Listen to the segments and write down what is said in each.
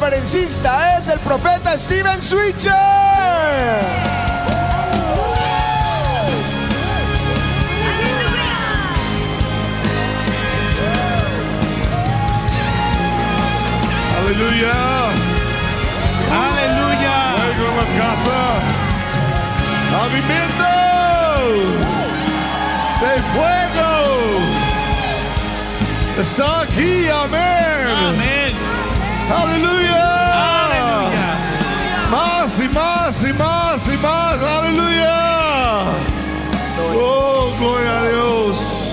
conferencista es el profeta Steven Switcher. Aleluya. Aleluya. Vengo a la casa. Movimiento de fuego. Está aquí, amén. Amén. Aleluya. Aleluya. Más y más y más y más. Aleluya. Oh, gloria a Dios.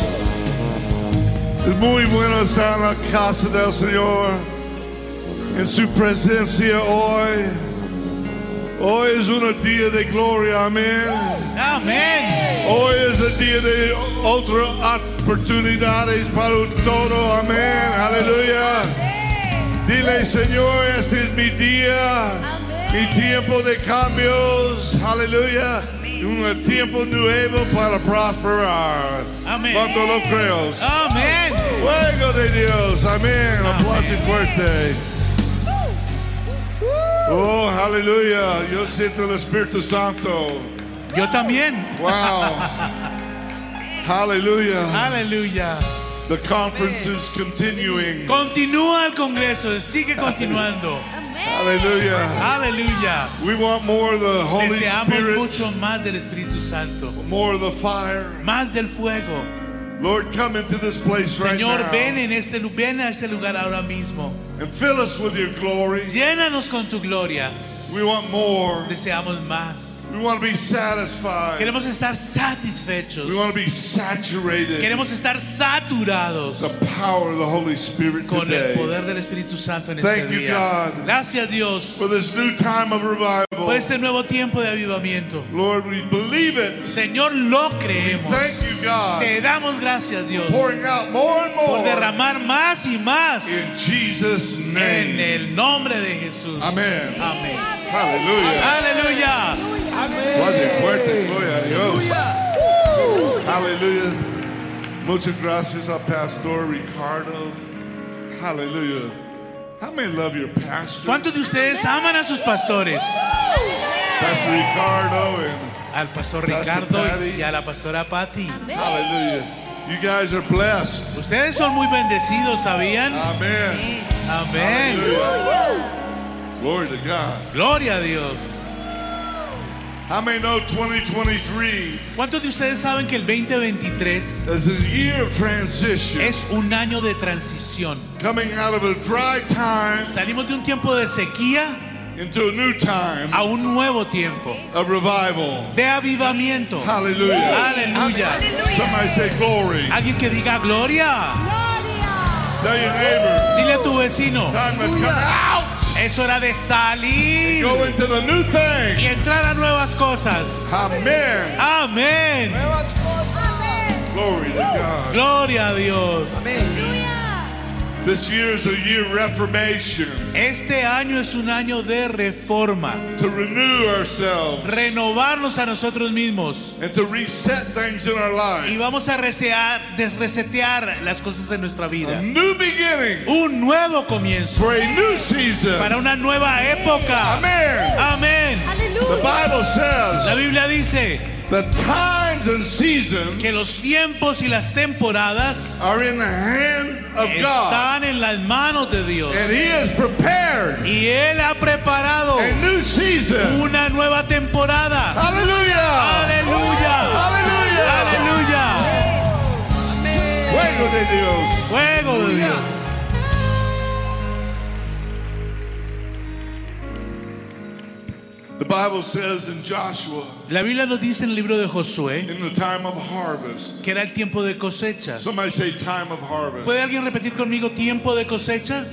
Es muy bueno estar en la casa del Señor. En su presencia hoy. Hoy es un día de gloria. Amén. Amén. Hoy es el día de otras oportunidades para un todo. Amén. Aleluya. Dile, Señor, este es mi día, mi tiempo de cambios. Aleluya. Un tiempo nuevo para prosperar. Amén. ¿Cuánto lo creo? Amén. Fuego de Dios. Amén. Aplauso fuerte. Oh, aleluya. Yo siento el Espíritu Santo. Yo también. Wow. Hallelujah. Aleluya. The conference is continuing. Continúa el congreso, sigue continuando. Hallelujah. Aleluya. We want more of the Holy Deseamos Spirit, mucho más del Espíritu Santo, more of the fire. más del fuego. Lord, come into this place right Señor, ven now en este lu- ven a este lugar ahora mismo. and fill us with your glory. Llénanos con tu gloria. We want more. Deseamos más. We want to be satisfied. Queremos estar satisfechos. We want to be saturated. Queremos estar saturados The power of the Holy Spirit con el today poder del Espíritu Santo en Thank este you, día. God. Gracias Dios for this new time of por revival. este nuevo tiempo de avivamiento. Lord, we believe it. Señor, lo creemos. Thank you, God, Te damos gracias Dios pouring out more and por more. derramar más y más In Jesus' en name. el nombre de Jesús. Amén. Amén. Aleluya. Aleluya. Fuerte, fuerte. Gloria a Dios. Aleluya. Muchas gracias al pastor Ricardo. Hallelujah. How many love your pastor? ¿Cuántos de ustedes aman a sus pastores? Pastor Ricardo and Al pastor Pastor Ricardo Patty. y a la pastora Patty. Hallelujah. You guys are blessed. Ustedes son muy bendecidos, ¿sabían? Amen. Amén. Hallelujah. Glory to God. Gloria a Dios. How many know 2023 ¿Cuántos de ustedes saben que el 2023 is a year of transition? es un año de transición? Coming out of a dry time Salimos de un tiempo de sequía into a new time a un nuevo tiempo of revival. de avivamiento. Hallelujah. Aleluya. Somebody say glory. Alguien que diga gloria. Tell your neighbor, Dile a tu vecino, time to come out. es hora de salir Go into the new y thing. entrar a nuevas cosas. Amen. Amén. Nuevas cosas. Glory to God. Gloria a Dios. This year is a year of reformation Este año es un año de reforma. to renew ourselves Renovarnos a nosotros mismos. and to reset things in our Y life. vamos a resear, desresetear las cosas en nuestra A vida. new beginning Un nuevo comienzo. for a new season. Para una nueva época. Amen. Amén. The Bible La says Biblia dice the times and que seasons los tiempos y las temporadas are in the hand Oh, of God, están en las manos de Dios. and He has prepared Y Él ha preparado a new season. una nueva temporada. Hallelujah. Aleluya. Hallelujah. Aleluya. Fuego de Dios. Fuego de Dios. The Bible says in Joshua, La Biblia nos dice en el libro de Josué in the time of harvest. que era el tiempo de cosecha. Somebody say time of harvest. ¿Puede alguien repetir conmigo tiempo de cosecha?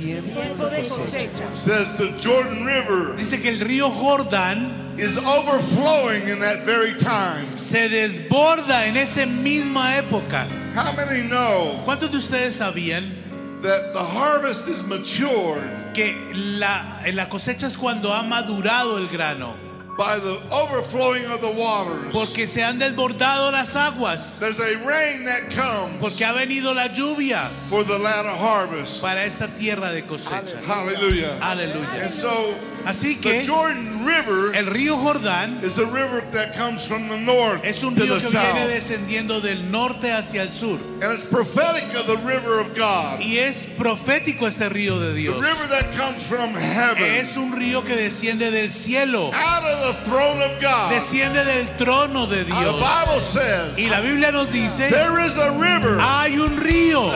Says the Jordan River Dice que el río Jordán is overflowing in that very time. se desborda en esa misma época. How many know ¿Cuántos de ustedes sabían that the harvest is matured que la, en la cosecha es cuando ha madurado el grano? by the overflowing of the waters. Porque se han desbordado las aguas. There's a rain that comes Porque ha venido la lluvia for the latter harvest. para esta tierra de cosecha. Hallelujah. Aleluya. And so Así the que Jordan River el río Jordán is a river that comes from the north es un to río the que south. viene descendiendo del norte hacia el sur. And it's prophetic of the river of God. Y es profético este río de The Dios. river that comes from heaven. Es un río que desciende del cielo. Out of the throne of God. Desciende del trono de The Dios. Bible says Y la Biblia nos dice, there is a river. hay un río,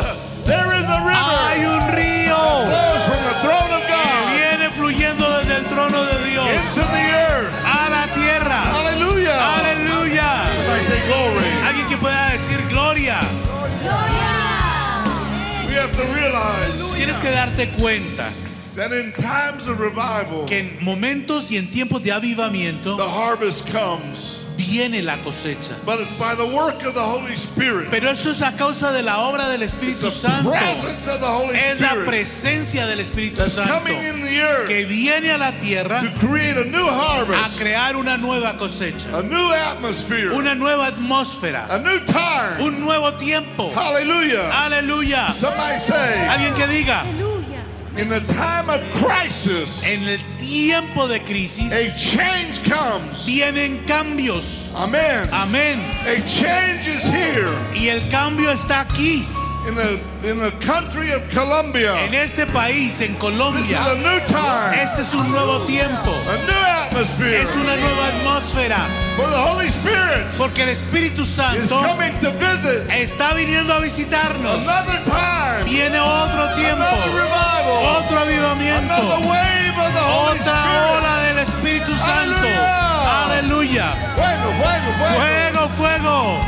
There is a hay river. un río Flows from the throne of que God viene fluyendo desde el trono de Dios into the earth. a la tierra. Hallelujah. Aleluya. I say glory. Alguien que pueda decir gloria. We have to realize Tienes que darte cuenta that in times of revival, que en momentos y en tiempos de avivamiento the harvest comes, viene la cosecha. but it's by the work of the Holy Spirit. Pero eso es a causa de la obra del It's Espíritu the Santo. presence of the Holy Es la Spirit presencia del Espíritu that's Santo coming in the earth que viene a la to tierra create a new a harvest, crear una nueva cosecha. a new atmosphere, una nueva atmósfera, a new time. un nuevo tiempo. Ah. Hallelujah. Aleluya. Somebody say, Alguien que diga, in the time of crisis, en el tiempo de crisis a change comes. vienen cambios. Amen. Amén. A change is here Y el cambio está aquí, in the in the country of Colombia. en este país, en This is a Colombia. new time, Este es un nuevo tiempo. a new atmosphere. Es una nueva atmósfera. For the Holy Spirit Porque el Espíritu is Santo coming to visit está viniendo a visitarnos. another time, Viene otro another tiempo, revival, otro another avivamiento. wave of the Holy Otra Spirit. ola del Espíritu Santo. Aleluya. Aleluya. Fuego, fuego, fuego. Fuego, fuego.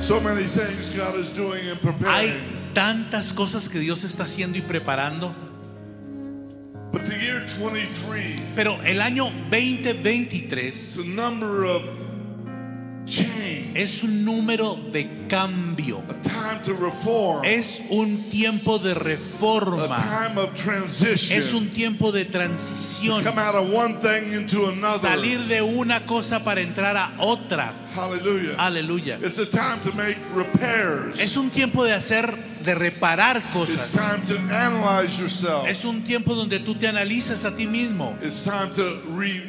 So many things God is doing and Hay preparing. tantas cosas que Dios está haciendo y preparando. But the year 23 Pero el año 2023 is a number of change, es un número de cambio. a time to reform, a Es un tiempo de reforma. time of Es transition. un tiempo de transición. Come out of one thing into another. Salir de una cosa para entrar a otra. Hallelujah. Aleluya. It's a time to make repairs. Ah. Es un tiempo de hacer, de reparar It's cosas. time to analyze yourself. Es un tiempo donde tú te analizas a ti mismo. It's time to re,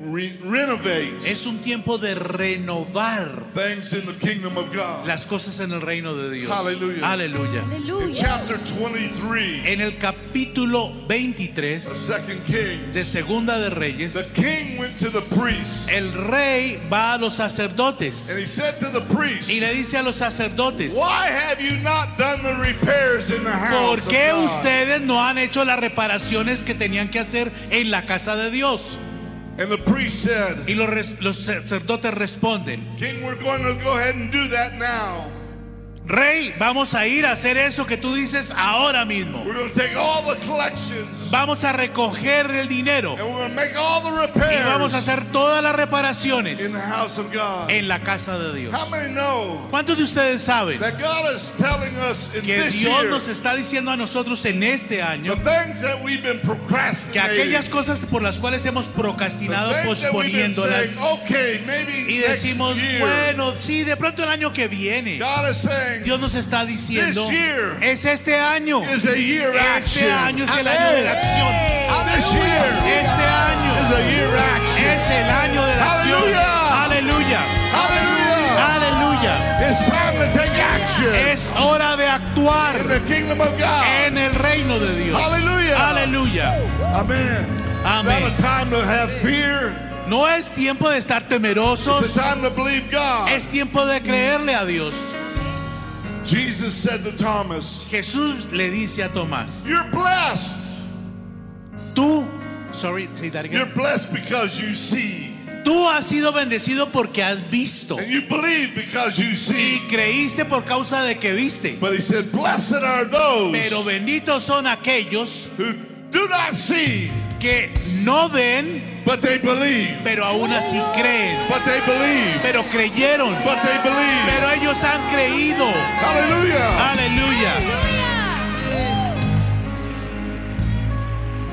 re, renovate Es un tiempo de renovar things in the kingdom of God. las cosas en el reino de Dios. Aleluya. Aleluya. In chapter 23 En el capítulo of 23 Second Kings, de Segunda de the Reyes, king went to the priest el rey va a los sacerdotes and he said to the y priest, le dice a los sacerdotes, Why have you not done the repairs in the house? ¿por of qué God?" ustedes no han hecho las reparaciones que tenían que hacer en la casa de Dios? And the priest said, Y los, res- los sacerdotes responden, King, we're going to go ahead and do that now. rey, vamos a ir a hacer eso que tú dices ahora mismo. We're going to take all the collections Vamos a recoger el dinero and we're going to make all the y vamos a repairs hacer todas las in reparaciones the house of God. en la casa de Dios. How many know ¿Cuántos de ustedes saben? that God is telling us in que this Dios year nos está diciendo a nosotros en este the año things that we've been que procrastinating, aquellas cosas por las cuales hemos the procrastinado things that we've been posponiéndolas saying, okay, maybe y next decimos, year, bueno, sí, de pronto el año que viene. God is saying Dios nos está diciendo, This year es este año. is a year of action. Este año es el año de la acción. This year Este is año a year of action. es el año de la acción. Aleluya. Aleluya. Hallelujah! Aleluya. It's time to take action Es hora de in actuar the kingdom of God. en el reino de Dios. Aleluya. Aleluya. Amen. Amén. It's not a time to have fear. No es tiempo de estar temerosos. It's a time to believe God. Es tiempo de creerle a Dios. Jesus said to Thomas, Jesús le dice a Tomás, "You're blessed." tú, sorry, say that You're again. blessed because you see. Tú has sido bendecido porque has visto And you believe because you y see. creíste por causa de que viste. But he said, Blessed are Pero those benditos son aquellos who do not see, que no ven, but they believe. pero aún así creen. But they believe. Pero creyeron, But they believe. pero ellos han creído. Hallelujah. Aleluya.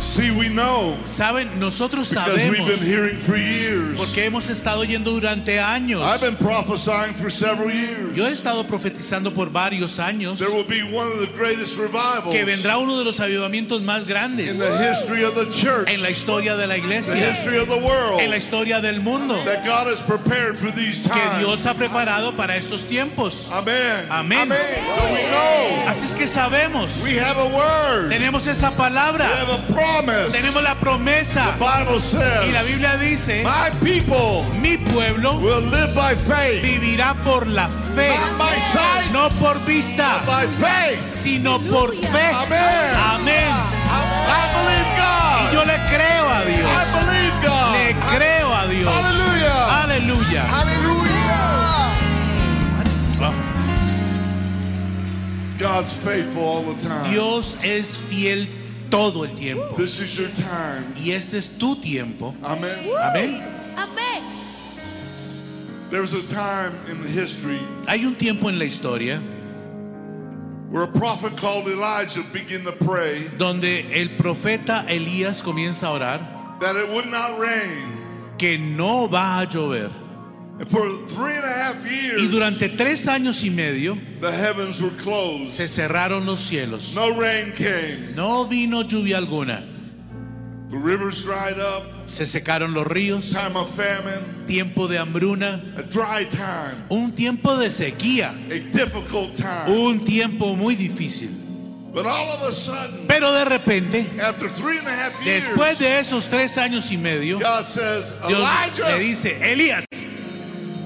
see, we know Saben, nosotros because we've sabemos been hearing for years. porque hemos estado yendo durante años. I've been prophesying for several years. Yo he estado profetizando por varios años There will be one of the greatest revivals que vendrá uno de los avivamientos más in grandes the history of the church, en la historia de la the iglesia, history of the world, en la historia del mundo, that God has prepared for these que times. Dios ha preparado para estos tiempos. Amen. Amén. So we know Así es que sabemos, we have a word, tenemos esa we palabra, have a promise. tenemos la promesa Bible y la says, Biblia dice, My people mi pueblo will live by faith, vivirá por la fe, not by sight, no por vista, by faith. sino por fe. Amén. Amén. I believe Y God. yo le creo a I Dios, believe God. le creo a Dios. Hallelujah. Aleluya. Aleluya. God's faithful all the time. Dios es fiel todo el tiempo. This is your time. Y este es tu tiempo. Amen. Amén. Amén. There's a time in the history Hay un tiempo en la historia where a prophet called Elijah began to pray donde el profeta Elías comienza a orar that it would not rain. que no va a llover. And for three and a half Y years, durante tres años y medio the heavens were closed. se cerraron los cielos. No rain came. No vino lluvia alguna. The rivers dried up. Se secaron los ríos. Time of famine. Tiempo de hambruna. A dry time. Un tiempo de sequía. A difficult time. Un tiempo muy difícil. But all of a sudden, Pero de repente, after three and a half years, después de esos tres años y medio, God says, Dios le Elijah, dice, Elías,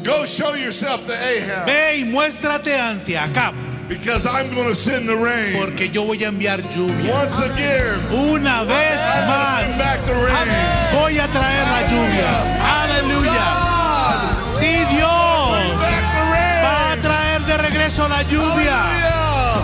go show yourself to Ahab ve y muéstrate ante Acab, because I'm going to send the rain. porque yo voy a enviar lluvia. Once again, Una vez I'm bringing más, back the rain. voy a traer la lluvia. Aleluya. Sí, Dios va a Back the rain. traer de regreso la lluvia.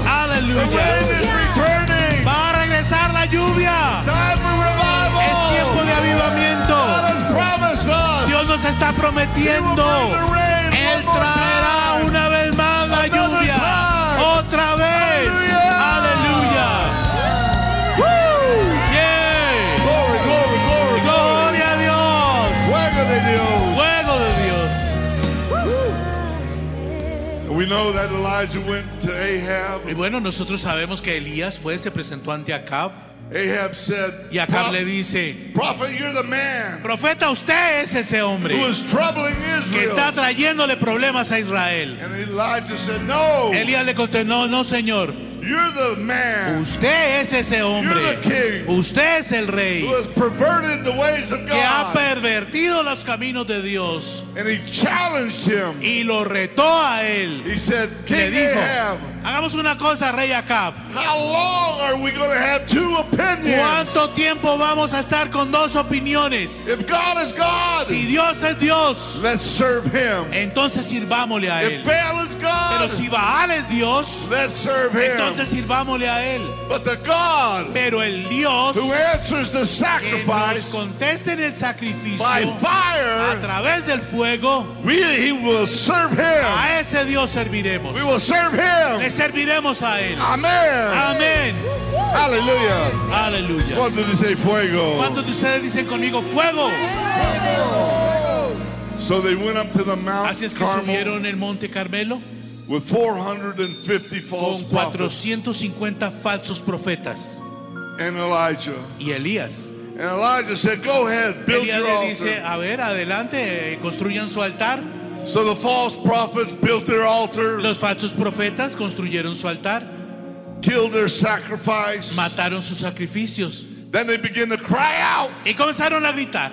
Hallelujah. The rain Aleluya. is returning. Va a regresar la lluvia. Time for revival. Es tiempo de God avivamiento. has promised us. Dios nos está He will prometiendo. bring the rain Él one more traerá time. una vez más la Another lluvia. time. Otra vez. Aleluya. Aleluya. Woo! Yeah. Glory, glory, glory, glory. Gloria a Dios. Fuego de Dios. Fuego de Dios. We know that Elijah went to Ahab. Y bueno, nosotros sabemos que Elías fue, se presentó ante Acab. Ahab said, Y Acab le "Pro- dice, Prophet, you're the man profeta, usted es ese who hombre is troubling que está Israel. trayéndole problemas a Israel. And Elijah said, No, Elías le contestó, no, no, señor. you're the man Usted es ese hombre. the king. Usted es el rey who has perverted the ways of que ha God. pervertido los caminos de Dios. And he challenged him. y lo retó a él. He said, Le King dijo, Ahab, hagamos una cosa, rey Acab. how long are we going to have two opinions? ¿Cuánto tiempo vamos a estar con dos opiniones? If God is God, Si Dios es Dios, let's serve him. entonces sirvámosle a If él. Baal is Pero God, si Baal es Dios, let's serve him. entonces sirvámosle a él. But the God Pero el Dios who answers the que nos sacrifice conteste en el sacrificio by a fire, través del fuego, we he will serve him. a ese Dios serviremos. We will serve him. Le serviremos a él. Oh. Amen. Amén. Hallelujah. Aleluya. What did he say? Fuego. ¿Cuántos de ustedes dicen conmigo fuego? So they went up to the Mount Así es que Carmel subieron el monte Carmelo with 450 false con prophets 450 falsos profetas and Elijah. y Elías. And Elijah said, Go ahead, build Elías your le dice, altar. a ver, adelante, eh, construyan su altar. So the false prophets built their altar, Los falsos profetas construyeron su altar, killed their sacrifice. mataron sus sacrificios Then they began to cry out y comenzaron a gritar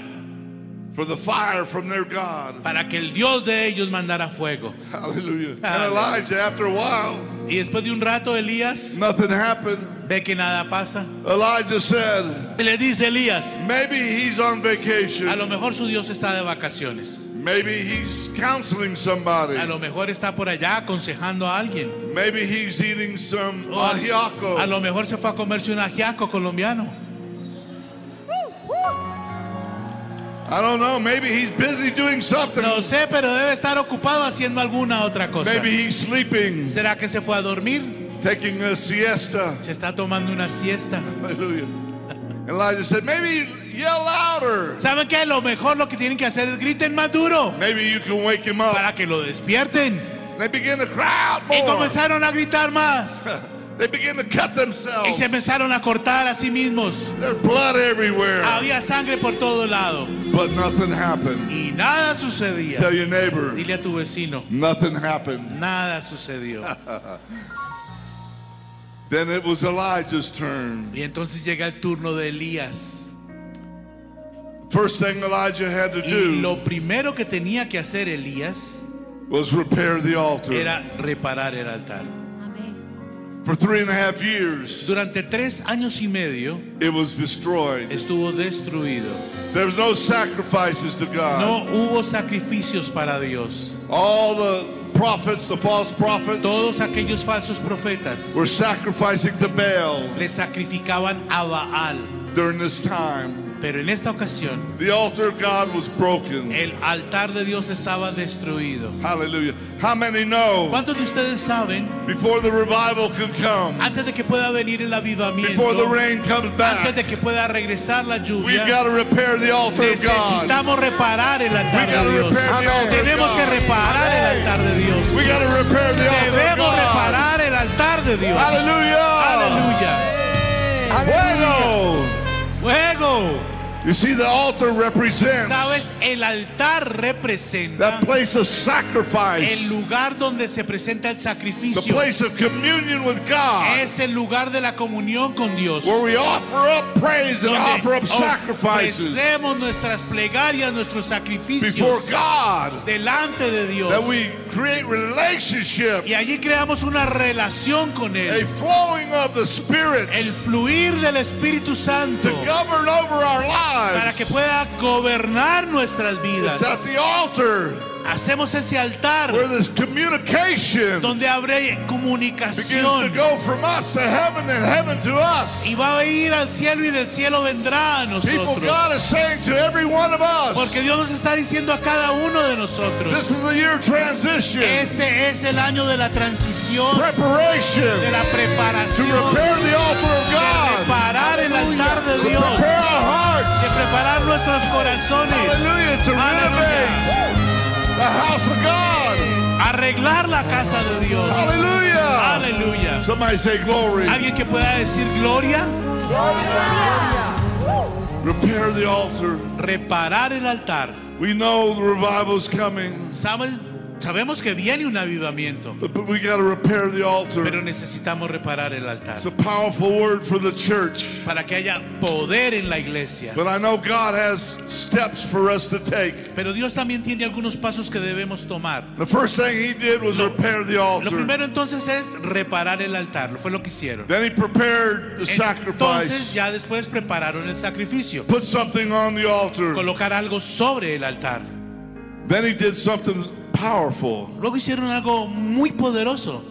for the fire from their God. para que el Dios de ellos mandara fuego. Hallelujah. And Hallelujah. Elijah, after a while, Y después de un rato Elías nothing happened. ve que nada pasa. Elijah said, Y le dice Elías, Maybe he's on a vacation. lo mejor su Dios está de vacaciones. Maybe he's counseling A somebody. lo mejor está por allá aconsejando a alguien. Maybe he's eating some O a- A ajiaco. lo mejor se fue a comerse un ajiaco colombiano. I don't know. Maybe he's busy doing something. No sé, pero debe estar ocupado haciendo alguna otra cosa. Maybe he's sleeping, ¿Será que se fue a dormir? taking a siesta. Se está tomando una siesta. Hallelujah. Elijah said, maybe yell louder. ¿Saben qué? Lo mejor lo que tienen que hacer es griten más duro Maybe you can wake him up. para que lo despierten. They begin to cry out Y more. comenzaron a gritar más. They begin to Y cut themselves. se empezaron a cortar a sí mismos. There's blood everywhere. Había sangre por todo lado. But nothing happened. Y nada sucedía. Tell your neighbor, Dile a tu vecino, nothing happened. nada sucedió. Then it was Elijah's turn. Y entonces llega el turno de Elías. First thing Elijah had to Y do lo primero que tenía que hacer Elías was repair the altar. era reparar el altar. For three and a half years, Durante tres años y medio it was destroyed. estuvo destruido. There was no sacrifices to God. No hubo sacrificios para Dios. All the prophets, the false prophets, Todos aquellos falsos profetas were sacrificing to Baal le sacrificaban a Baal. during this time. Pero en esta ocasión, The altar of God was broken. el altar de Dios estaba destruido. Hallelujah. How many know ¿Cuántos de ustedes saben, before the revival can come, antes de que pueda venir el avivamiento, before the rain comes antes de back, que pueda regresar la we've lluvia, got to repair the altar of God. necesitamos reparar el altar We gotta de Dios? repair the altar of Tenemos que God. reparar el altar de Dios. We got to repair the altar of Debemos God. reparar el altar de Dios. Hallelujah. Aleluya. Bueno. Fuego. You see, the altar represents Sabes, el altar representa that place of el sacrifice, lugar donde se presenta el the sacrificio. place of communion with God, Es el lugar de la comunión con Dios. where we offer up praise and offer up Donde sacrifices ofrecemos nuestras plegarias, nuestros before sacrificios God, delante de that Dios. we create relationship, Y allí creamos una relación con a Él. flowing of the Spirit El fluir del Espíritu to Santo govern over our para que lives. pueda gobernar nuestras It's at vidas. the altar Hacemos ese altar where this communication donde habrá begins to comunicación go from us to heaven and heaven to us. y va a ir al cielo y del cielo vendrá a People, nosotros. God is saying to every one of us, Porque Dios nos está diciendo a cada uno de nosotros, this is the year of transition, este es el año de la transición, de preparation la to preparación, de repair the altar of God, preparar el altar to de Dios, de prepare our hearts, preparar nuestros corazones, hallelujah, to renovate Aleluya. the house of God, arreglar la casa de Dios. hallelujah. Aleluya. Somebody say glory, Alguien que pueda decir gloria, repair the altar. reparar el altar. We know the revival's coming, Saben- Sabemos que viene un avivamiento. but, but we got to repair the altar. Pero necesitamos reparar el altar It's a powerful word for the church, para que haya poder en la iglesia. but I know God has steps for us to take. Pero Dios también tiene algunos pasos que debemos tomar. The first thing he did was repair the Lo altar. primero entonces es reparar el altar, fue lo que hicieron. Then he prepared the Entonces sacrifice. ya después prepararon el sacrificio, Put something on the altar. colocar algo sobre el altar. Then he did something powerful. Luego hicieron algo muy poderoso.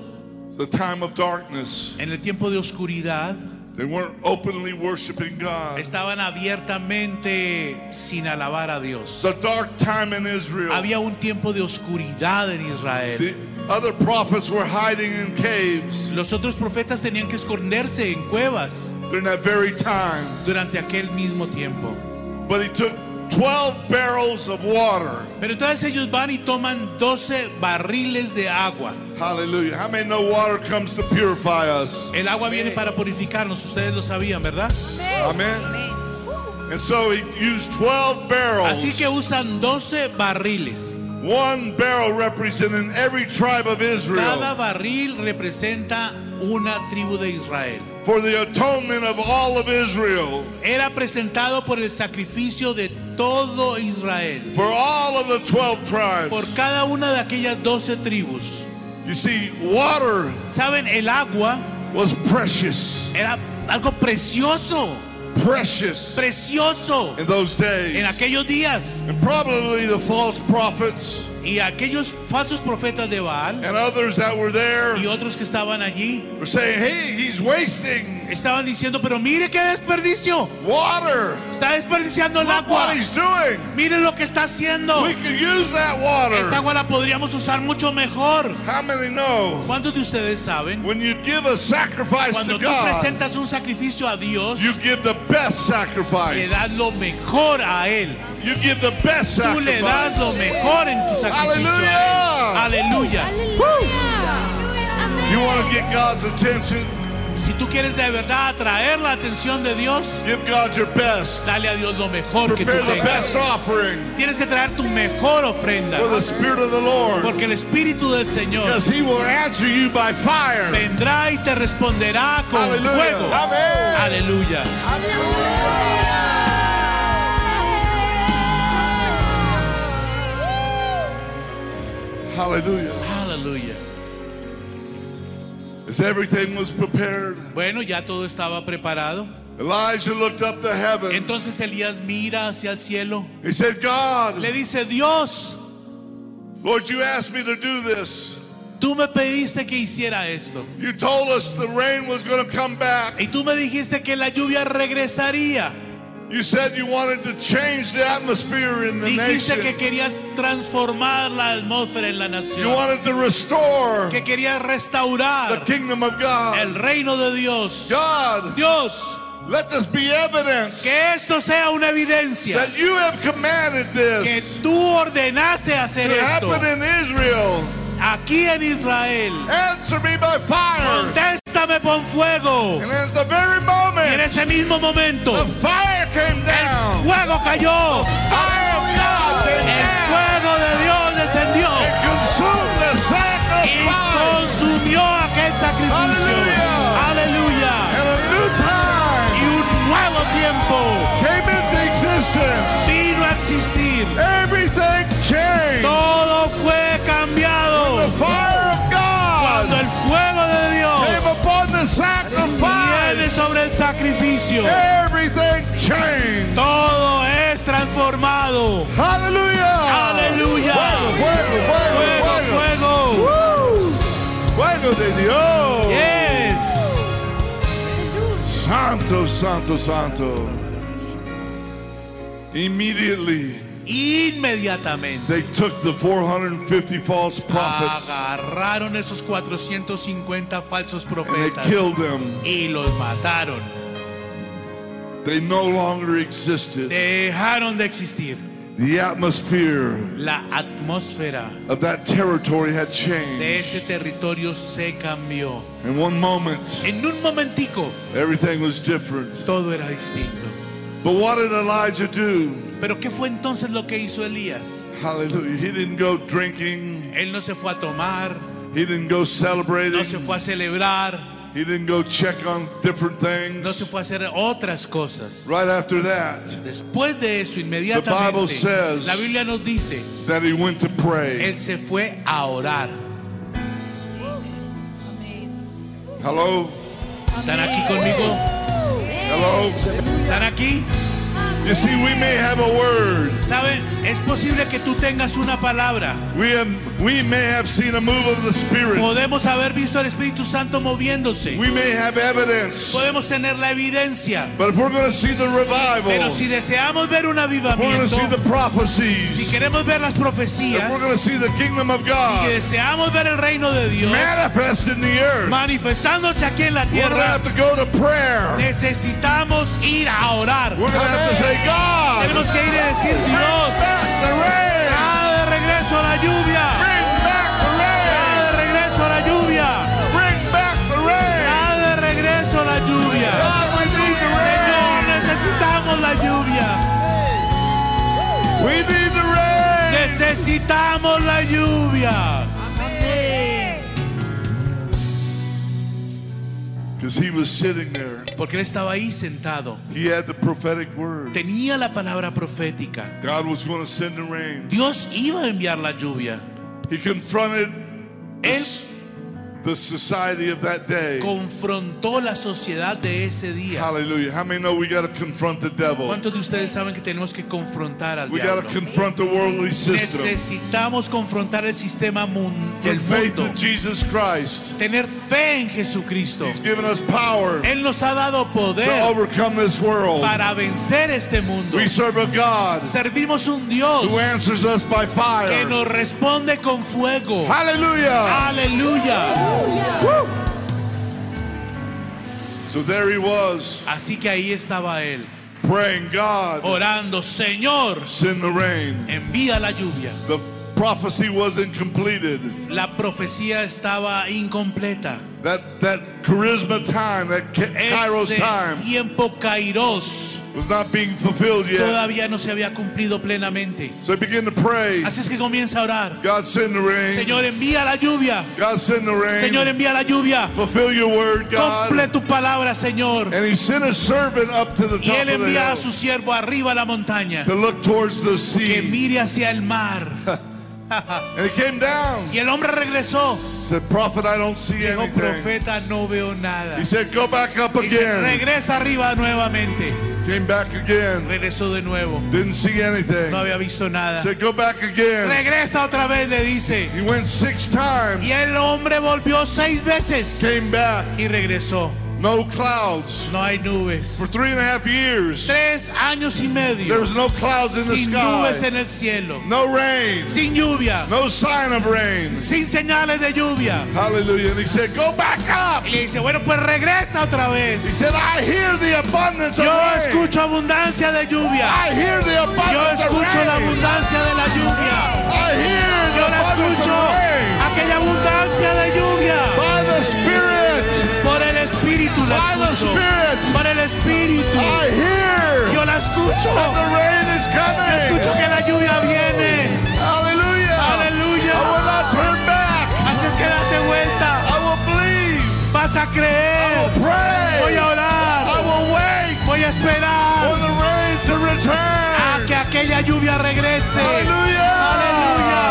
It's a time of darkness. En el tiempo de oscuridad They weren't openly worshiping God. estaban abiertamente sin alabar a Dios. It's a dark time in Israel. Había un tiempo de oscuridad en Israel. The other prophets were hiding in caves Los otros profetas tenían que esconderse en cuevas. during that very time. durante aquel mismo tiempo. But he took 12 barrels of water. Pero entonces ellos van y toman 12 barriles de agua. Hallelujah. How many know water comes to purify us? El agua viene para purificarnos, ustedes lo sabían, ¿verdad? Amen. And so he used 12 barrels. Así que usan 12 barriles. One barrel representing every tribe of Cada Israel barril representa una tribu de Israel. for the atonement of all of Israel, Era presentado por el sacrificio de todo Israel, for all of the 12 por tribes. cada una de aquellas 12 tribus. You see, water Saben, el agua was precious, era algo precioso, precious precioso in those en days. aquellos días. And probably the false prophets Y Y aquellos falsos profetas de Baal and others that were there y otros que estaban allí were saying, hey, he's wasting estaban diciendo, pero mire qué desperdicio. water. Está desperdiciando el Look what agua. he's doing. Miren lo que está haciendo. We can use that Esa water. agua la podríamos usar mucho mejor. How many know? ¿Cuántos de ustedes saben? When you give a sacrifice Cuando to tú God, presentas un sacrificio a Dios, you give the best le sacrifice. das lo mejor a Él. You give the best Tú le das sacrifice. lo mejor en tu sacrificio. Aleluya. a Él. Aleluya. You want to get God's attention? Si tú quieres de verdad atraer la atención de Dios, Give God your best. dale a Dios lo mejor que tú Prepare the tengas. best offering Tienes que traer tu mejor ofrenda. for the Spirit of the Lord. Porque el Espíritu del Señor Because He will answer you by fire. vendrá y te responderá con Aleluya. fuego. Amén. Aleluya. Hallelujah. Aleluya. As everything was prepared, Bueno, ya todo estaba preparado. Elijah looked up to heaven. Entonces Elías mira hacia el cielo. He said, God, Le dice, Dios, Lord, you asked me to do this. tú me pediste que hiciera esto. You told us the rain was going to come back. Y tú me dijiste que la lluvia regresaría. You said you wanted to change the atmosphere in the Dijiste que nation. querías transformar la atmósfera en la You nación. wanted to restore Que querías the restaurar kingdom of God. el reino de Dios. God, Dios, let this be evidence que esto sea una evidencia. that you have commanded Que this tú ordenaste hacer to esto happen in Israel. aquí en Israel. Answer me by fire. Contéstame con fuego. And at the very Y en moment, ese mismo momento, the fire came down. fuego cayó. Fire of God El came down fuego de Dios descendió and consumed the y sacrifice. consumió aquel sacrificio. Aleluya. Aleluya. And a new Y time un nuevo tiempo came into existence. vino a existir. Everything changed. Todo fue The cambiado fire of cuando God el fuego de came Dios upon the viene sacrifice. sobre el sacrificio. Everything changed. Todo es transformado. Hallelujah. Aleluya. Fuego, fuego, fuego, Fuego, fuego. fuego. Woo! Fuego de Dios. Yes. Santo, Santo, Santo. Immediately Inmediatamente. they took the 450 false Ah, prophets Agarraron esos 450 falsos and they profetas killed them. y los mataron. They no longer existed. Dejaron de existir. The atmosphere La atmósfera of that territory had de changed. ese territorio se cambió. In one moment, En un momentico everything was different. todo era distinto. But what did Elijah do? Pero ¿qué fue entonces lo que hizo Elías? Hallelujah. He didn't go drinking. Él no se fue a tomar, He didn't go no se celebrating. fue a celebrar, He didn't go check on different no se things. fue a hacer otras cosas. Right after that, Después de eso, Bible inmediatamente, says- la Biblia nos dice, that he went to pray. él se fue a orar. Hello? ¿Están aquí conmigo? Hello? ¿Están aquí? You see, we may have a word. ¿Saben? Es posible que tú tengas una palabra. We have, we may have seen a move of the Spirit. Podemos haber visto al Espíritu Santo moviéndose. We may have evidence. Podemos tener la evidencia. But if we're going to see the revival, Pero si if deseamos ver un Oh. we're going to avivamiento, see the si prophecies, queremos ver las if profecías, we're going to see the kingdom of si God deseamos ver el reino de Dios manifest in the earth, manifestándose aquí en la we're going to tierra, have to go to prayer. necesitamos ir a orar. We're going to have to say, God, Tenemos que ir a decir, bring Dios, back the rain. trae de regreso la lluvia, Bring trae back de regreso la lluvia, the rain. Bring back the rain. trae de regreso la lluvia. God, we need the Señor, rain. necesitamos la lluvia. We need the rain. Necesitamos la lluvia. Because he was sitting there. Porque él estaba ahí sentado. He had the prophetic word. Tenía la palabra profética. God was going to send the rain. Dios iba a enviar la lluvia. He confronted the, Él s- the the society of that day. confrontó la sociedad de ese día. Hallelujah. How many know we got to confront the devil? ¿Cuántos de ustedes saben que tenemos que confrontar al We got diablo? to confront the worldly system. Necesitamos confrontar el sistema mun- Through del faith mundo. in Jesus Christ, Tener fe en Jesucristo. He's given us power Él nos ha dado to poder overcome this world. para vencer este mundo. We serve a God Servimos un Dios who answers us by que fire. nos responde con fuego. Hallelujah. Aleluya. So there he was, Así que ahí estaba él, praying, God, orando, Señor, send the rain. envía la lluvia. The prophecy wasn't completed. La profecía estaba incompleta. That that charisma time, that Ki- Kairos Ese time, tiempo Kairos was not being fulfilled yet. todavía no se había cumplido plenamente. So he began to pray. Así es que comienza a orar. God, send the rain. Señor, envía la lluvia. God, send the Señor, rain. envía la lluvia. Fulfill your word, Cumple God. tu palabra, Señor. And he sent a servant up to the Y top él of the envía a hill su siervo arriba a la montaña to look towards the que sea. mire hacia el mar. And he came down. Y el hombre regresó. Said, Prophet, I don't see Dijo, anything. profeta, no veo nada. He said, Go back up Y se again. regresa arriba nuevamente. Came back again. Regresó de nuevo. Didn't see anything. No había visto nada. Said, Go back again. Regresa otra vez, le dice. He went six times. Y el hombre volvió seis veces. Came back. Y regresó. No clouds. No hay nubes. For three and a half years, Tres años y there medio. was no clouds in the Sin nubes sky. en el cielo. No rain. Sin lluvia. No sign of rain. Sin señales de lluvia. Hallelujah. And he said, Go back Y up. le dice, bueno, pues regresa otra He vez. said, I hear the abundance of Yo rain. escucho abundancia de lluvia. I hear the Yo abundance of escucho la rain. abundancia de la lluvia. I hear the Yo la abundance escucho. of rain. Aquella abundancia de lluvia. By the Spirit. Por el Espíritu By la the escucho. Spirit. Por el Espíritu. I hear Yo la that escucho. the rain is Escucho coming. que la lluvia viene. Hallelujah. I Aleluya. will not turn back. Así es que date vuelta. I will believe. Vas a I creer. will Voy a pray. I orar. will wait Voy a for esperar the rain to a return. que aquella lluvia regrese. Hallelujah. Aleluya.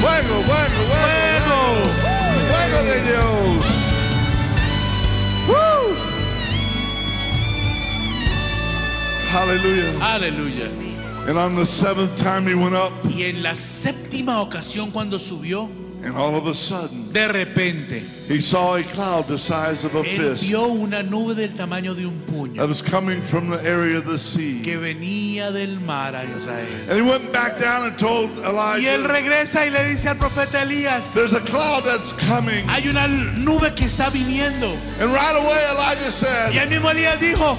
Fuego, fuego, fuego, fuego, fuego de Dios. Woo! Hallelujah. Aleluya. And on the seventh time he went up, Y en la séptima ocasión cuando subió, and all of a sudden de repente, he saw a cloud the size of a él fist vio una nube del tamaño de un that puño was coming from the area of the sea. que venía del mar a Israel. And he went back down and told Y él Elijah, regresa y le dice al profeta Elías, There's a cloud that's coming. hay una nube que está viniendo. And right away Elijah Y said, el mismo Elías dijo,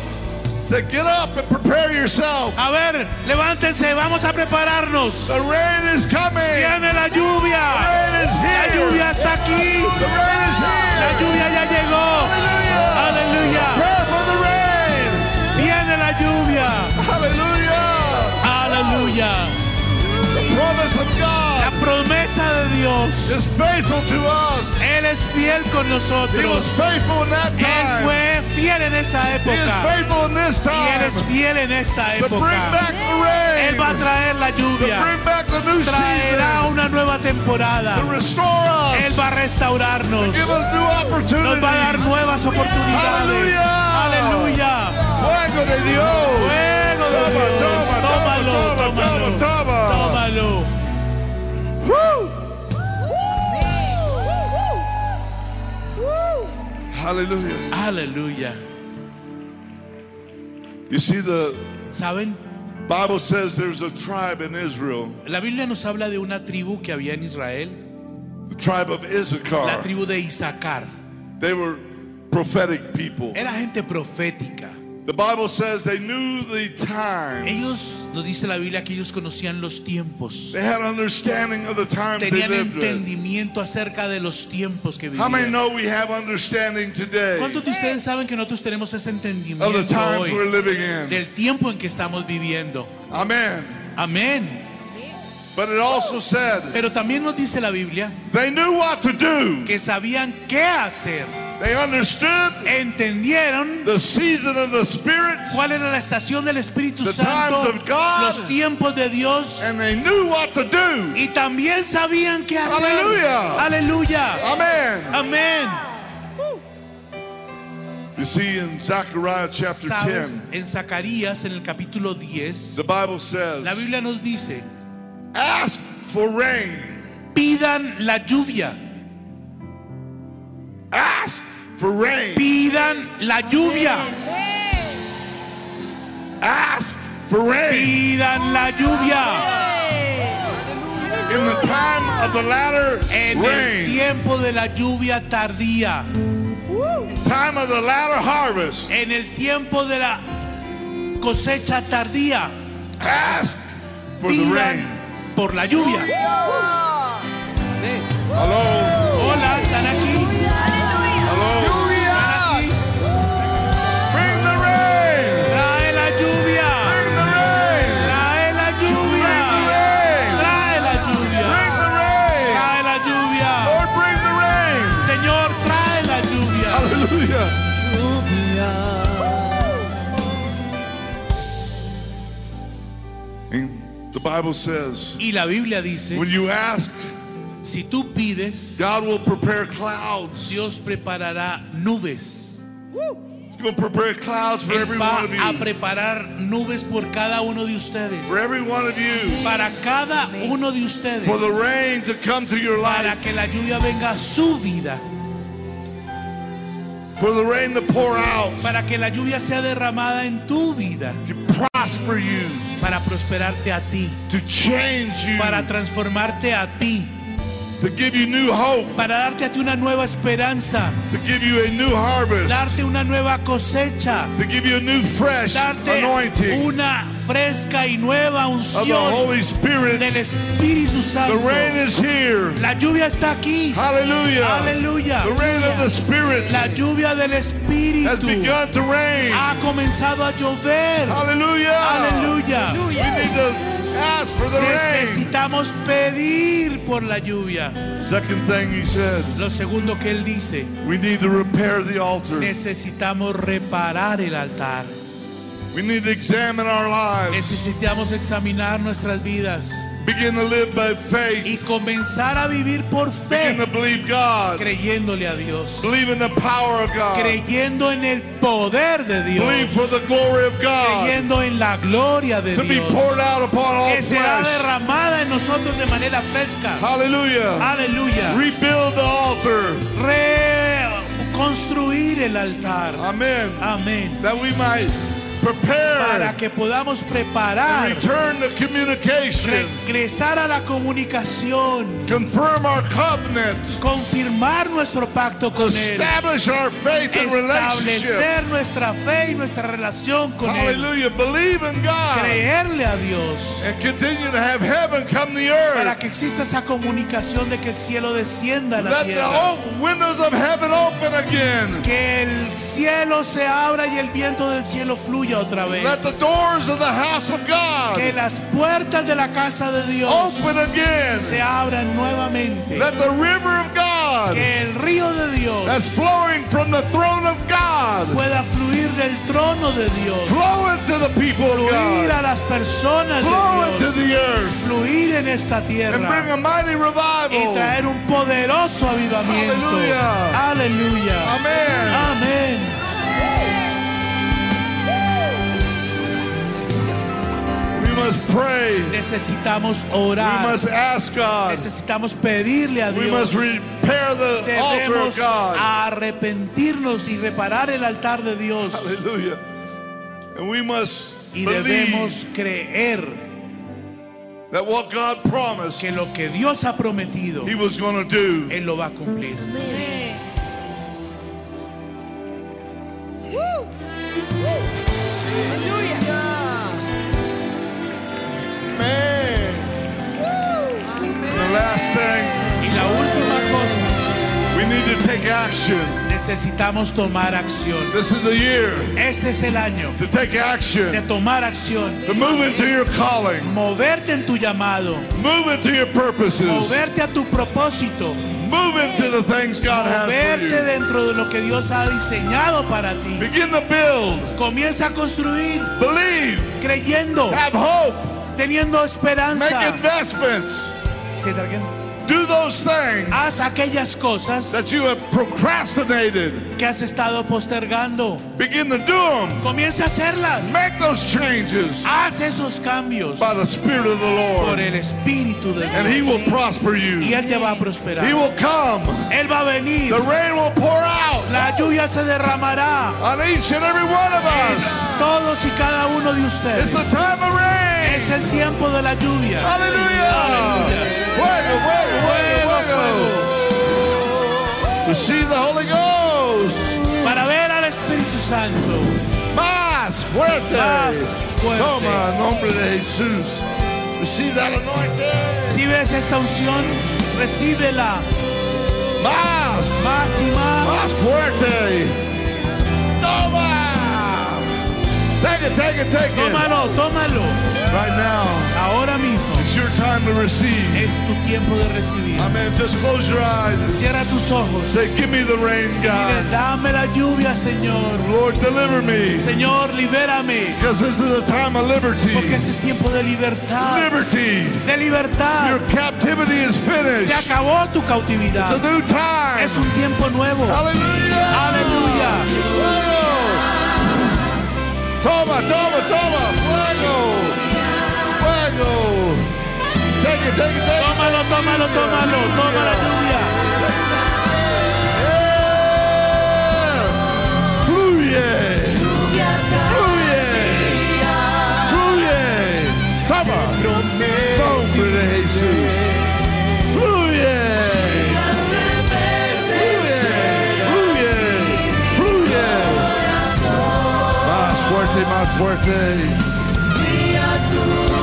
said Get up and prepare yourself. a ver, levántense, vamos a prepararnos. The rain is coming. Viene la The lluvia. rain is La here. lluvia está aquí. The rain is La here. lluvia ya llegó. Hallelujah. Aleluya. Prayer for the rain. Viene la lluvia. Hallelujah. Aleluya. The promise of La God promesa de Dios. is faithful to us. Él es fiel con He was nosotros. faithful in that Él time. fue fiel en esa He is época. faithful in this Y Él es time. fiel en esta To bring época. back Él va a the rain. traer la To lluvia. bring back the new Traerá season. una nueva To temporada. restore Él us. va a restaurarnos. Give us new Nos va a dar opportunities. nuevas oportunidades. Aleluya. Aleluya. Fuego de Dios. Fuego de Toma, Dios. toma, Tómalo, toma, toma, tómalo. toma. Tómalo. Hallelujah. Aleluya. You see, the ¿Saben? Bible says there's a tribe in Israel, La Biblia nos habla de una tribu que había en Israel, the tribe of la Issachar. tribu de Isaacar. They were prophetic people. Era gente profética. The Bible says they knew the time. Ellos, nos dice la Biblia, que ellos conocían los tiempos. They had understanding of the times they Tenían lived in. entendimiento acerca de los tiempos que How many vivían. know we have understanding today ¿Cuántos de ustedes saben que nosotros tenemos ese of the entendimiento times we're hoy living in? del tiempo en que estamos viviendo? Amen. Amén. But it also said Pero también nos dice la Biblia they knew what to do. que sabían qué hacer. They understood entendieron the season of the Spirit cuál era la estación del Espíritu The Santo, times of God. los tiempos de Dios and they knew what to do. y también sabían qué hacer. Aleluya. Aleluya. Amen. Amén. You see, in Zechariah chapter Sabes, 10, en Zacarías en el capítulo 10, the Bible says, la Biblia nos dice, Ask for rain. pidan la lluvia, Ask for rain. pidan la lluvia, Ask for rain. pidan la lluvia. In the time of the latter En el rain, tiempo de la lluvia tardía, time of the latter harvest, en el tiempo de la cosecha tardía, ask for the rain. pidan por la lluvia. Hello, Hola, ¿están aquí? hello. Bring the rain. Trae la lluvia, Bring the rain. trae la lluvia, Rain. trae la Bring lluvia, the rain. trae la lluvia. Lord, bring the rain. Señor, trae la lluvia. Hallelujah. And the Bible says, Y la Biblia dice, when you ask, si tú pides, God will prepare clouds. Dios preparará nubes. He's going to prepare clouds for every Él va one of a you. preparar nubes por cada uno de ustedes. For every one of you. Para cada uno de ustedes. For the rain to come to your Para life. que la lluvia venga a su vida. For the rain to pour out. Para que la lluvia sea derramada en tu vida. To prosper you. Para prosperarte a ti. To change you. Para transformarte a ti. To give you new hope. Para darte a ti una nueva esperanza. To give you a new harvest. Darte una nueva cosecha. To give you a new fresh darte anointing una fresca y nueva of the unción Holy Spirit. del Espíritu The Santo. rain is here. La lluvia está aquí. Hallelujah. Aleluya. The rain of the Spirit La lluvia del has Espíritu begun to rain. ha comenzado a llover. Hallelujah. Aleluya. We need to ask for the rain. Necesitamos pedir por la lluvia. Second thing he said, Lo segundo que él dice, we need to repair the altar. necesitamos reparar el altar. We need to examine our lives. Necesitamos examinar nuestras vidas Begin to live by faith. y comenzar a vivir por Begin to fe, believe God. creyéndole a Dios. Believe in the power of God. creyendo en el poder de Believe Dios, for the glory of God creyendo en la gloria de to be Dios, poured out upon all que será flesh. derramada en nosotros de manera fresca. Ah. Hallelujah. Aleluya. Rebuild the altar. Reconstruir el altar. Amen. Amén. that we might prepare Para que podamos and preparar, return the communication, regresar a la comunicación, confirm our covenant, confirmar nuestro pacto con Él, establish our faith and relationship. establecer nuestra fe y nuestra relación con Él, Hallelujah. Believe in God creerle a Dios. and continue to have heaven come the para earth. que exista esa comunicación de que el cielo descienda a la Let the tierra. op- windows of heaven open again. Que el cielo se abra y el viento del cielo fluya otra Let the vez. doors of the house of Que God las puertas de la casa de Dios open again. se abran nuevamente. Let the river of God Que el río de Dios that's flowing from the throne of God pueda fluir del trono de Dios, flow into the people of fluir God, a las personas flow de into Dios, the earth. fluir en esta and bring tierra a mighty y revival. traer un poderoso avivamiento. Aleluya. Aleluya. Amen. Amén. We must pray. Necesitamos We orar. must ask God. Necesitamos pedirle a We Dios. must repair the altar of Debemos God. arrepentirnos y reparar el altar de Dios. Hallelujah. And we must Y believe debemos creer that what God promised que lo que Dios ha prometido, He was going to do. Él lo va a cumplir. And the last thing, Y la última cosa, we need to take action. necesitamos tomar acción. This is the year Este es el año to take de action, tomar acción. to move into your calling, Moverte en tu llamado, move into your purposes, moverte a tu propósito, Move into the things God has for Verte you. dentro de lo que Dios ha diseñado para ti. Begin to build. Comienza a construir Believe. creyendo, Have hope. teniendo Make esperanza. investments. Say that again. Do those things Haz aquellas cosas that you have procrastinated. que has estado postergando. Begin to do them. Comienza a hacerlas. Make those changes Haz esos cambios by the Spirit of the por Lord, el Espíritu de and Dios. He will prosper Y you. Él te va a He prosperar. will come. Él va a venir. The rain will pour out La lluvia se derramará on each and every one of us. todos y cada uno de It's ustedes. the time of rain. Es el tiempo de la lluvia. Hallelujah. Fuego, fuego, fuego, fuego. Receive the Holy Ghost. Para ver al Espíritu Santo. Más fuerte. Más fuerte. Toma, en nombre de Jesús. Receive that anointing. Si ves esta unción, recíbela Más. más y más. Más fuerte. Toma. Take it, take it, take it. Tómalo, tómalo. Right now, Ahora mismo it's your time to receive. es tu tiempo de recibir. Amen. Just close your eyes and Cierra tus ojos. say, Give me the rain, Dile, God. dame la lluvia, Señor. Lord, deliver me. Señor, libérame. Because this is a time of Porque liberty. este es tiempo de libertad. Liberty. De libertad. Your captivity is finished. Se acabó tu It's a cautividad. new time. Es un tiempo nuevo. Hallelujah. Aleluya. Fuego. Toma, toma, toma. Fuego. Fuego. Take it, take it, take it. Tómalo, tómalo, tómalo. Toma la lluvia. Yeah. Fluye. Fluye. Fluye. Toma. Nombre de Jesús. Fluye. Fluye, fluye, Más fuerte, más fuerte.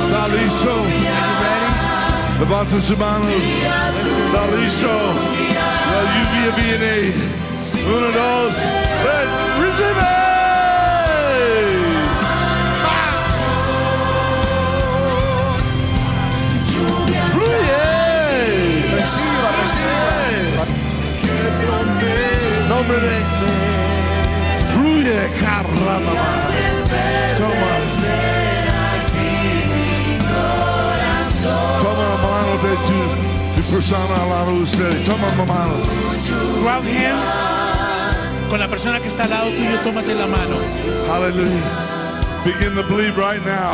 Está listo. Levanta tus manos. Está listo. La lluvia viene. Uno, dos, tres. Recibe. ¡Ah! Fluye. Reciba, reciba. Nombre de Fluye caramba Toma Toma la mano de tu, tu persona al lado de usted Toma la mano Grab hands. Con la persona que está al lado tuyo, tómate la mano. Hallelujah Begin to believe right now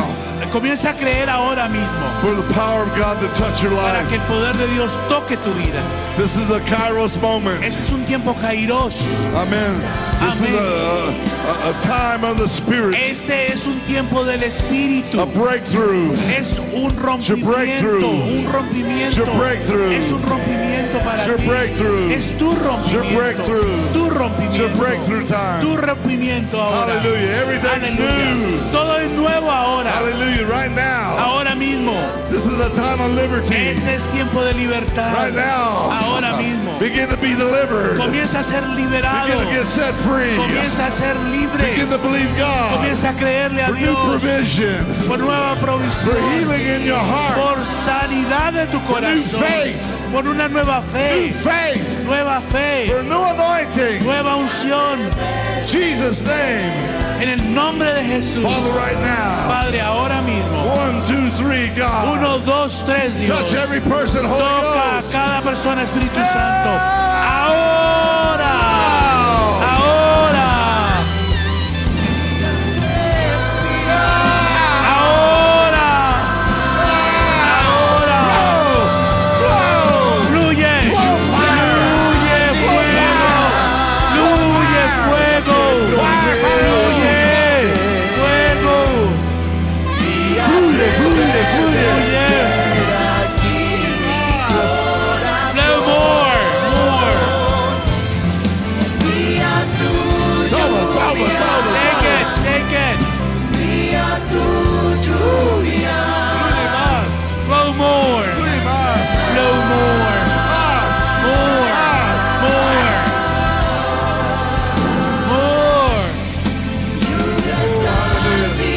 Comienza a creer ahora mismo for the power of God to touch your para que life. el poder de Dios toque tu vida. This is a Kairos moment. Este es un tiempo kairos. Amen. This is a, a, a time of the Spirit, Este es un tiempo del a espíritu. breakthrough. Es un breakthrough. rompimiento, un rompimiento. Your breakthrough. Es un rompimiento para Your ti. breakthrough. Es tu Your rompimiento. breakthrough. Tu rompimiento. Your breakthrough time. Tu rompimiento ahora. Hallelujah. Everything Aleluya. new. Todo es nuevo ahora. Hallelujah. Right now. Ahora mismo. This is a time of liberty. Este es tiempo de libertad. Right now. Ahora mismo. Begin to be delivered. Comienza a ser Begin liberado. to get set free. Comienza a ser Begin libre. to believe God Comienza a creerle a for new Dios provision, por nueva for provisión. healing in your heart, por sanidad de tu new corazón, faith. por una nueva new fe, faith, nueva fe, for new anointing. nueva unción, Jesus' name. en el nombre de Jesús, Father, right now. Padre, ahora mismo. One, two, three, God. Uno, dos, tres, Dios. Touch every person, Holy Toca a Ghost. cada persona, Espíritu ¡Eh! Santo. Ahora, ahora, ahora, ahora. Flow, Fluye, fluye fuego, fluye fuego, fluye fuego, fluye, fluye, fluye. fluye. Blow more, more. Toma, toma, toma. Take it, take it. Fluye más, Blow more, fluye más, blow more, más, more, más. more, more.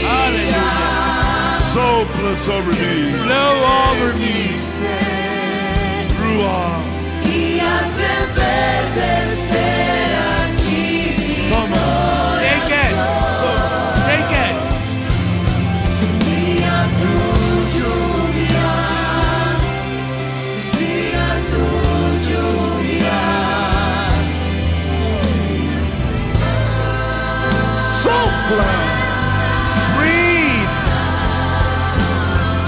Hallelujah. Sopla sobre mí, Blow over me. ruah. Guía su plan. Breathe.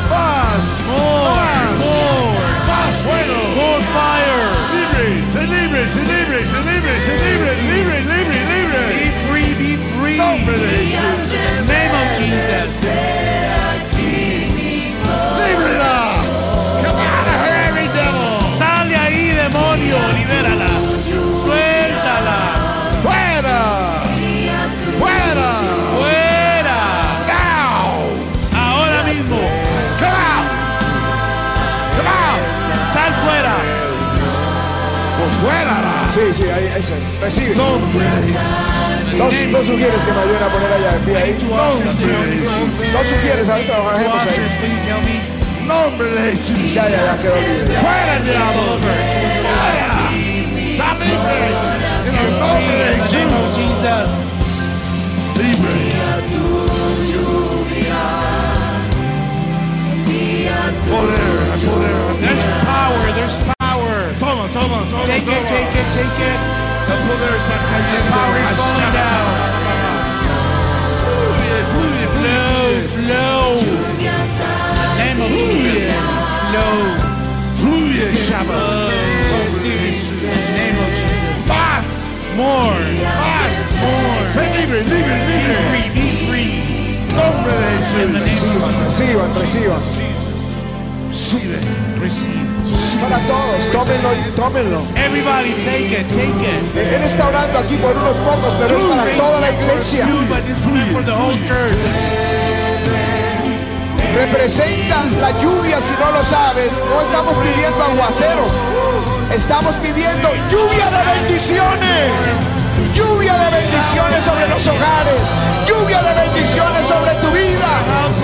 Más, More. Más. More. más fuego. More fire. Libre, se libre, se libre, se libre, se libre, libre, libre, Be libre. free. Be free. Nombre de Jesús. Name of Jesus. Líbrela. Come out of her, every devil. Sale ahí, demonio. Libérala. Suéltala. Fuera. Fuera. Fuera. Now. Ahora mismo. Come out. Come out. Sal fuera. Pues fuera. Sí, sí, ahí, ahí está. Recibe. Nombre de Jesús. No, no sugieres que me ayuden a poner allá en pie ahí. Nombre de Jesús. No sugieres, ahí trabajemos ahí. Ushers, please help me. Nombre de Jesús. Ya, ya, ya quedó libre. Fuera, diablo. Fuera. Está libre. En el nombre de Name Jesús. of Jesus. libre. Poder, poder. There's power. There's power. Toma, toma, toma. Take it, toma. take it, take it. El poder está cayendo. Power is falling down. Fluye, fluye, Flow, flow. Name of Jesus. Flow, fluye, fluye, Shabbat. flow. Name of Jesus. Paz. More, más, more. Sé libre, libre, libre. Free, be free. Nombre de Jesús. Reciban, reciban, reciban. Recibe, recibe. Para todos, tómenlo, y- tómenlo. Everybody, take it, take it. Él él está orando aquí por unos pocos, pero es para toda la iglesia. You, but this meant for the whole church. Representa la lluvia, si no lo sabes. No estamos pidiendo aguaceros. Estamos pidiendo lluvia de bendiciones. Lluvia de bendiciones sobre los hogares. Lluvia de bendiciones sobre tu vida.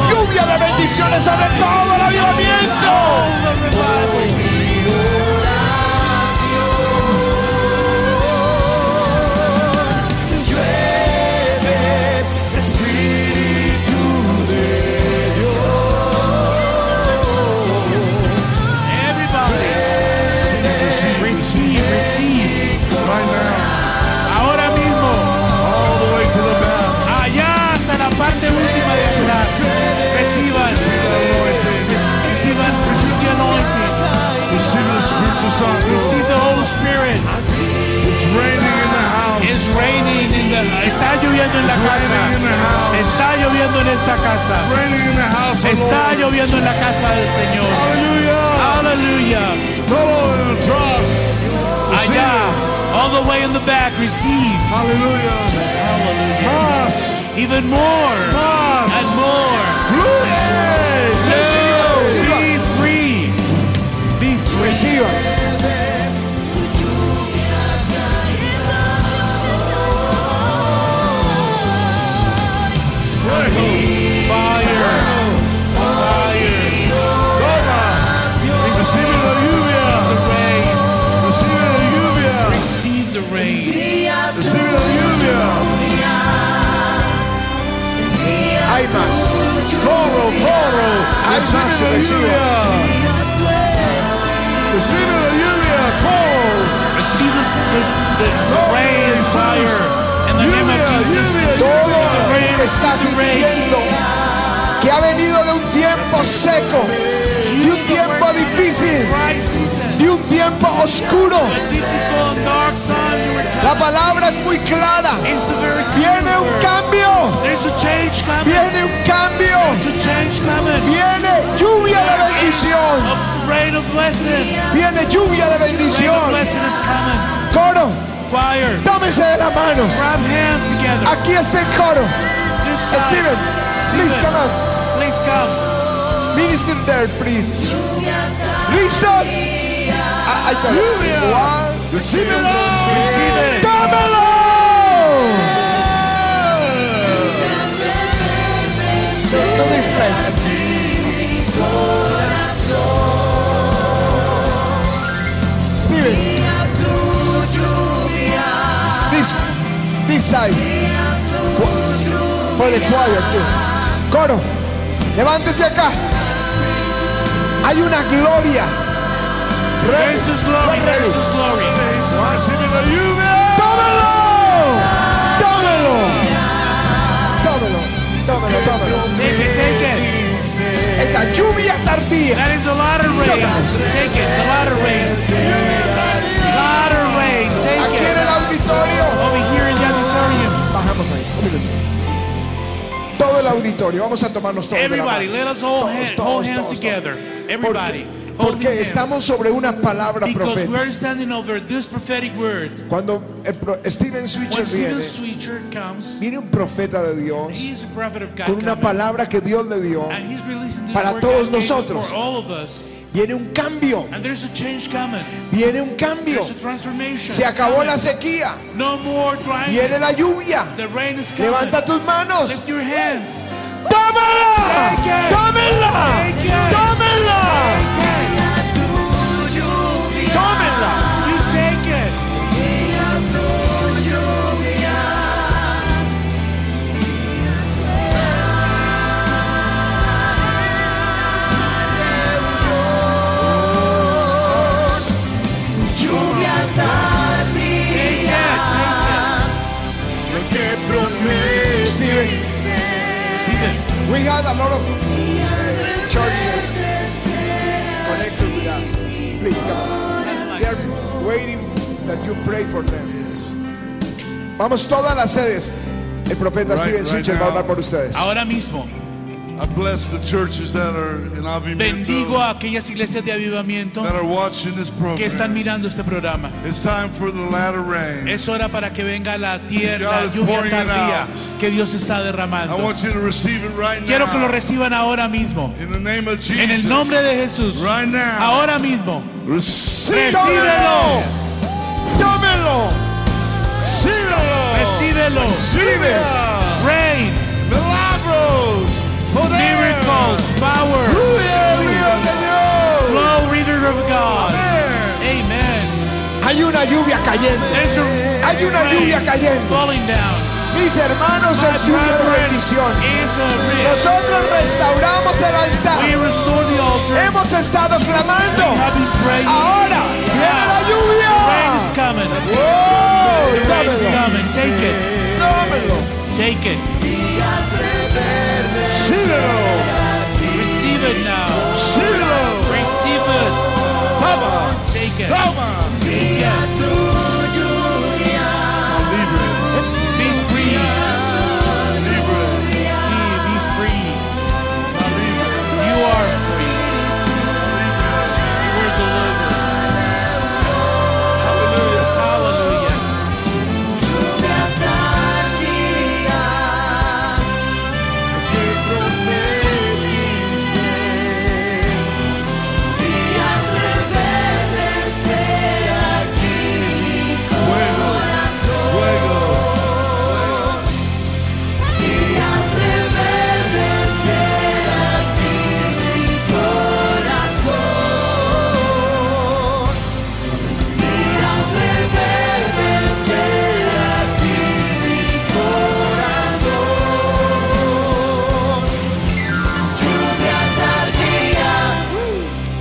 Lluvia de bendiciones sobre todo el avivamiento. Everybody, receive, receive. Right now. Ahora mismo, All the way to the back. allá hasta la parte última de atrás. Reciban, reciban, receive the anointing. Receive the spiritual sound. Receive the Holy Spirit. It's raining in the house. It's raining in the, está lloviendo en la Raining in casa. the house. Está lloviendo en esta casa. Raining in the house. of Está Lord. lloviendo en la casa del Señor. Hallelujah. Hallelujah. Todo en el trust. Allá, all the way in the back, receive. Hallelujah. Más, Even more and más. more. Fluye. reciba. Be free. Be free. Reciban. Fuego. Fire. Fire. Toma. Recibe la lluvia. The rain. Recibe la lluvia. Receive the rain. Recibe la lluvia. Hay más. Coro, coro. Recibe la lluvia. Recibe la lluvia. Coro. Receive the, the, the rain, fire. In the name of Jesus. Todo el que está sintiendo que ha venido de un tiempo seco, de un tiempo difícil, Crisis and de un tiempo oscuro. a difficult dark time you were La palabra es muy clara. It's a very Viene un cambio. There's a change coming. Viene un cambio. There's a change coming. Viene lluvia de bendición. Of rain of blessing. Viene lluvia de Rain of bendición. blessing is coming. Coro, Fire. tómense de la mano. Grab hands together. Aquí está el coro. This side. Steven, please Steven, come out. Please come. Minister there, please. ¿Listos? Ah, ahí está. One. Recíbela. Steven. ¡Dámelo! No displays. Steven. This, this side. Qu- For the choir, too. Coro, levántese acá. Hay una gloria. Ready. There's his glory. We're ready. There's his glory. Recibe la lluvia. ¡Tómelo! ¡Tómelo! ¡Tómelo! Take it. The ladder rain. Ladder rain. Take Aquí en it. el auditorio. Over here in the auditorium. Bajamos ahí. un minuto. Todo el auditorio. Vamos a tomarnos todos de la Everybody, mano. let us all Todos, hand, todos, hold hands todos, together. Everybody. Porque, hold porque hands. estamos sobre una palabra Because profética. we're standing over this prophetic word. Cuando el pro- Steven Switcher When Stephen viene, Sweecher comes, viene un profeta de Dios he's a prophet of God. con una coming, palabra que Dios le dio. and he's releasing this para word todos God gave nosotros. For all of us. Viene un cambio. And there's a change coming. Viene un cambio. There's a transformation. Se acabó coming. la sequía. No more dryness. Viene la lluvia. The rain is coming. Levanta tus manos. Lift your hands. ¡Tómala! Take it. Ah, ¡Tómenla! Take it. ¡Tómenla! ¡Tómenla! You take it. Take it. Steven, Take it. we had a lot of eh, churches connected with us. Please come on. They are waiting that you pray for them. Vamos todas las sedes. El profeta Right, Steven right Sucher va a now. orar por ustedes. Ahora mismo, I bless the churches that are in bendigo Avimiento a aquellas iglesias de avivamiento that are watching this que están program. mirando este programa. It's time for the latter rain. Es hora para que venga la tierra, God la is lluvia pouring it tardía out. que Dios está I derramando. want you to receive it right Quiero que lo now. reciban ahora mismo. In the name of Jesus. En el nombre de Jesús. Right now. Ahora mismo. Receive Recíbelo. ¡Tómenlo! Recíbelo. Oh. ¡Recibe! Rain. Milagros. Poder. Miracles. Power. Fluye, Dios de Dios. Flow, reader of God. Amén. Amen. Hay una lluvia cayendo. There's a Hay una rain lluvia cayendo. Falling down. Mis hermanos, My es lluvia de brethren, bendiciones. it's a rain. Nosotros restauramos el We altar. restore the altar. Hemos estado clamando. We have been praying. Ahora viene la Rain is lluvia. coming. ¡Oh! The rain is Dámelo, coming. Take it. dámelo. Take it. Recíbelo. Receive it now. Recíbelo. Receive it. Toma. Take it. Toma. Take it. Libre. Be free. Libre. See, be free. You are free. You were delivered. Hallelujah. Hallelujah. Fuego. Fuego.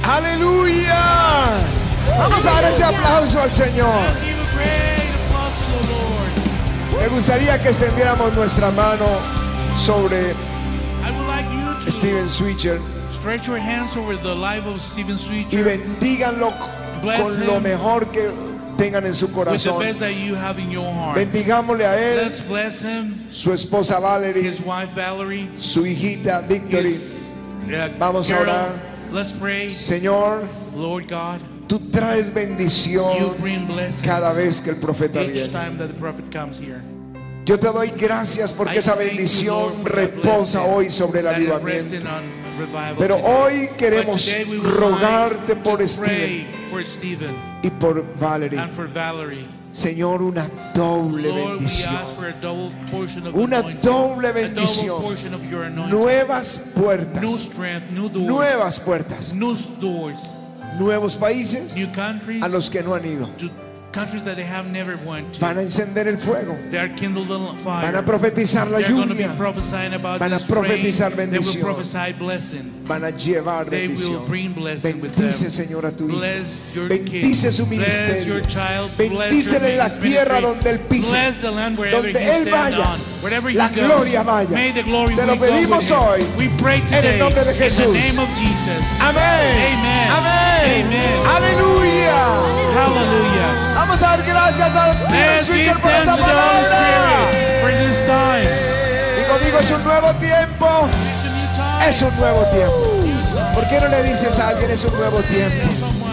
Aleluya. Vamos a dar ese aplauso al Señor. Give a great applause to the Lord. Me gustaría que extendiéramos nuestra mano sobre I would like you to Steven Switcher stretch your hands over the life of Stephen Sweet y bendíganlo con lo mejor que tengan en su with the corazón. best that you have in your heart. Bendigámosle a él, Let's bless him, su esposa Valerie, his wife Valerie, su hijita Victory. his uh, Vamos a girl. orar. Let's pray. Señor, Lord God, tú traes you bendición bring blessing cada vez que el profeta each viene. time that the prophet comes here. Yo te doy gracias porque esa bendición reposa hoy sobre el avivamiento. Pero hoy queremos rogarte por Steven Steven y por Valerie. and for Valerie. Señor, una doble Lord, we ask bendición. for a double portion of Una anointing, doble A double bendición. portion of your anointing. Nuevas new puertas, strength, new doors, nuevas puertas, new doors, nuevos países new countries, a los que no han ido. to countries that they have never went to. Van a encender el fuego, They are kindled on fire. van a profetizar la They're going to be lluvia, prophesying about Van a this rain. profetizar They will bendición. prophesy blessing. van a llevar They will bendición. bring blessing with them. Bendice, Señor, a tu hijo. Bless your Bendice kid. su Bless ministerio. your child. Bless your Bendícele la ministry. tierra donde él pise. Bless the land wherever Donde he él stand vaya, on. Wherever he la goes, gloria vaya. May the glory Te lo will go with pedimos him. hoy, We pray el today nombre de in Jesús. the name of Jesus. Amén. Amen. Amén. Amen. Vamos a dar gracias a Steven Let's give Switcher por thanks esa to the Holy palabra. Spirit for this time. Y conmigo es un nuevo tiempo. Es un nuevo tiempo. ¿Por qué no le dices a alguien es un nuevo tiempo?